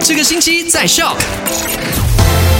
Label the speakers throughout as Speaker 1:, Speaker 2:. Speaker 1: 这个星期在笑。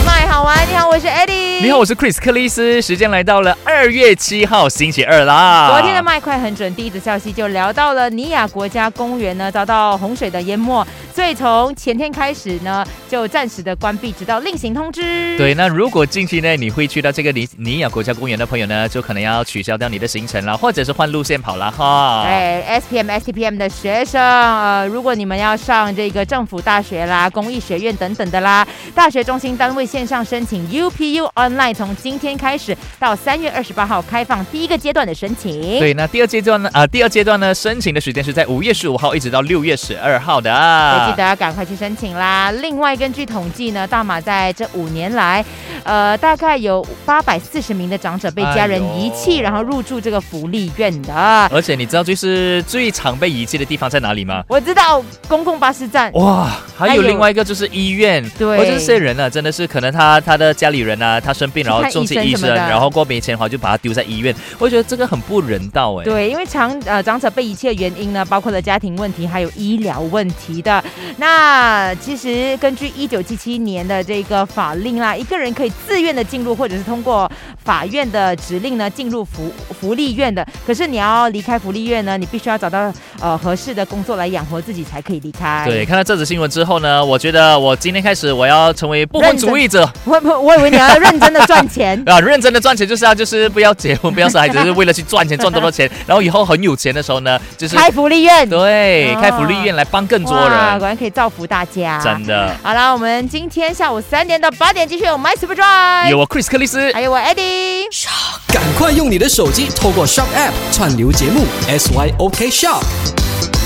Speaker 2: 麦好玩，你好，我是 Eddie。
Speaker 3: 你好，我是 Chris 克里斯，时间来到了二月七号星期二啦。
Speaker 2: 昨天的麦快很准，第一则消息就聊到了尼亚国家公园呢遭到洪水的淹没，所以从前天开始呢就暂时的关闭，直到另行通知。，
Speaker 3: 对，那如果近期呢，你会去到这个尼尼亚国家公园的朋友呢，就可能要取消掉你的行程啦，或者是换路线跑啦哈。
Speaker 2: 哎，SPM、STPM 的学生，呃，如果你们要上这个政府大学啦、公益学院等等的啦，大学中心单位线上申请 UPU Online，从今天开始到三月二十八号开放第一个阶段的申请。
Speaker 3: 对，那第二阶段呢？啊、第二阶段呢，申请的时间是在五月十五号一直到六月十二号的。
Speaker 2: 所以记得要赶快去申请啦。另外，根据统计呢，大马在这五年来，呃，大概有八百四十名的长者被家人遗弃，
Speaker 3: 哎呦啊
Speaker 2: 然后入住这个福利院的。
Speaker 3: 而且你知道就是最常被遗弃的地方在哪里吗？
Speaker 2: 我知道公共巴士站，
Speaker 3: 哇，还
Speaker 2: 嗯还有
Speaker 3: 有另外一个就是医院，
Speaker 2: 对
Speaker 3: 而这些人呢、啊真的是可能他他的家里人啊，他生病
Speaker 2: 去
Speaker 3: 然后
Speaker 2: 看
Speaker 3: 送
Speaker 2: 医
Speaker 3: 去
Speaker 2: 生
Speaker 3: 医
Speaker 2: 什么的
Speaker 3: 生，然后过没钱的话就把他丢在医院，我觉得这个很不人道哎、
Speaker 2: 对，因为长呃长者被遗弃的原因呢，包括了家庭问题，还有医疗问题的。那其实根据一九七七年的这个法令啊啦，一个人可以自愿的进入，或者是通过法院的指令呢进入福福利院的。可是你要离开福利院呢，你必须要找到呃合适的工作来养活自己才可以离开。
Speaker 3: 对，，看到这则新闻之后呢，我觉得我今天开始我要成为不婚主义者。
Speaker 2: 我我我以为你要认真的赚钱
Speaker 3: 啊，认真的赚钱就是要就是不要结婚，不要生孩子，就是为了去赚钱赚多多钱，然后以后很有钱的时候呢，就是
Speaker 2: 开福利院，
Speaker 3: 对
Speaker 2: 啊
Speaker 3: 开福利院来帮更多
Speaker 2: 哇
Speaker 3: 人，
Speaker 2: 果然可以造福大家。
Speaker 3: 真的
Speaker 2: 好啦，我们今天下午三点到八点继续有 My Super Drive，
Speaker 3: 有我 Chris 克里斯
Speaker 2: 还有我 Eddie。
Speaker 1: 赶快用你的手机透过 Shop App 串流节目 SYOK Shop。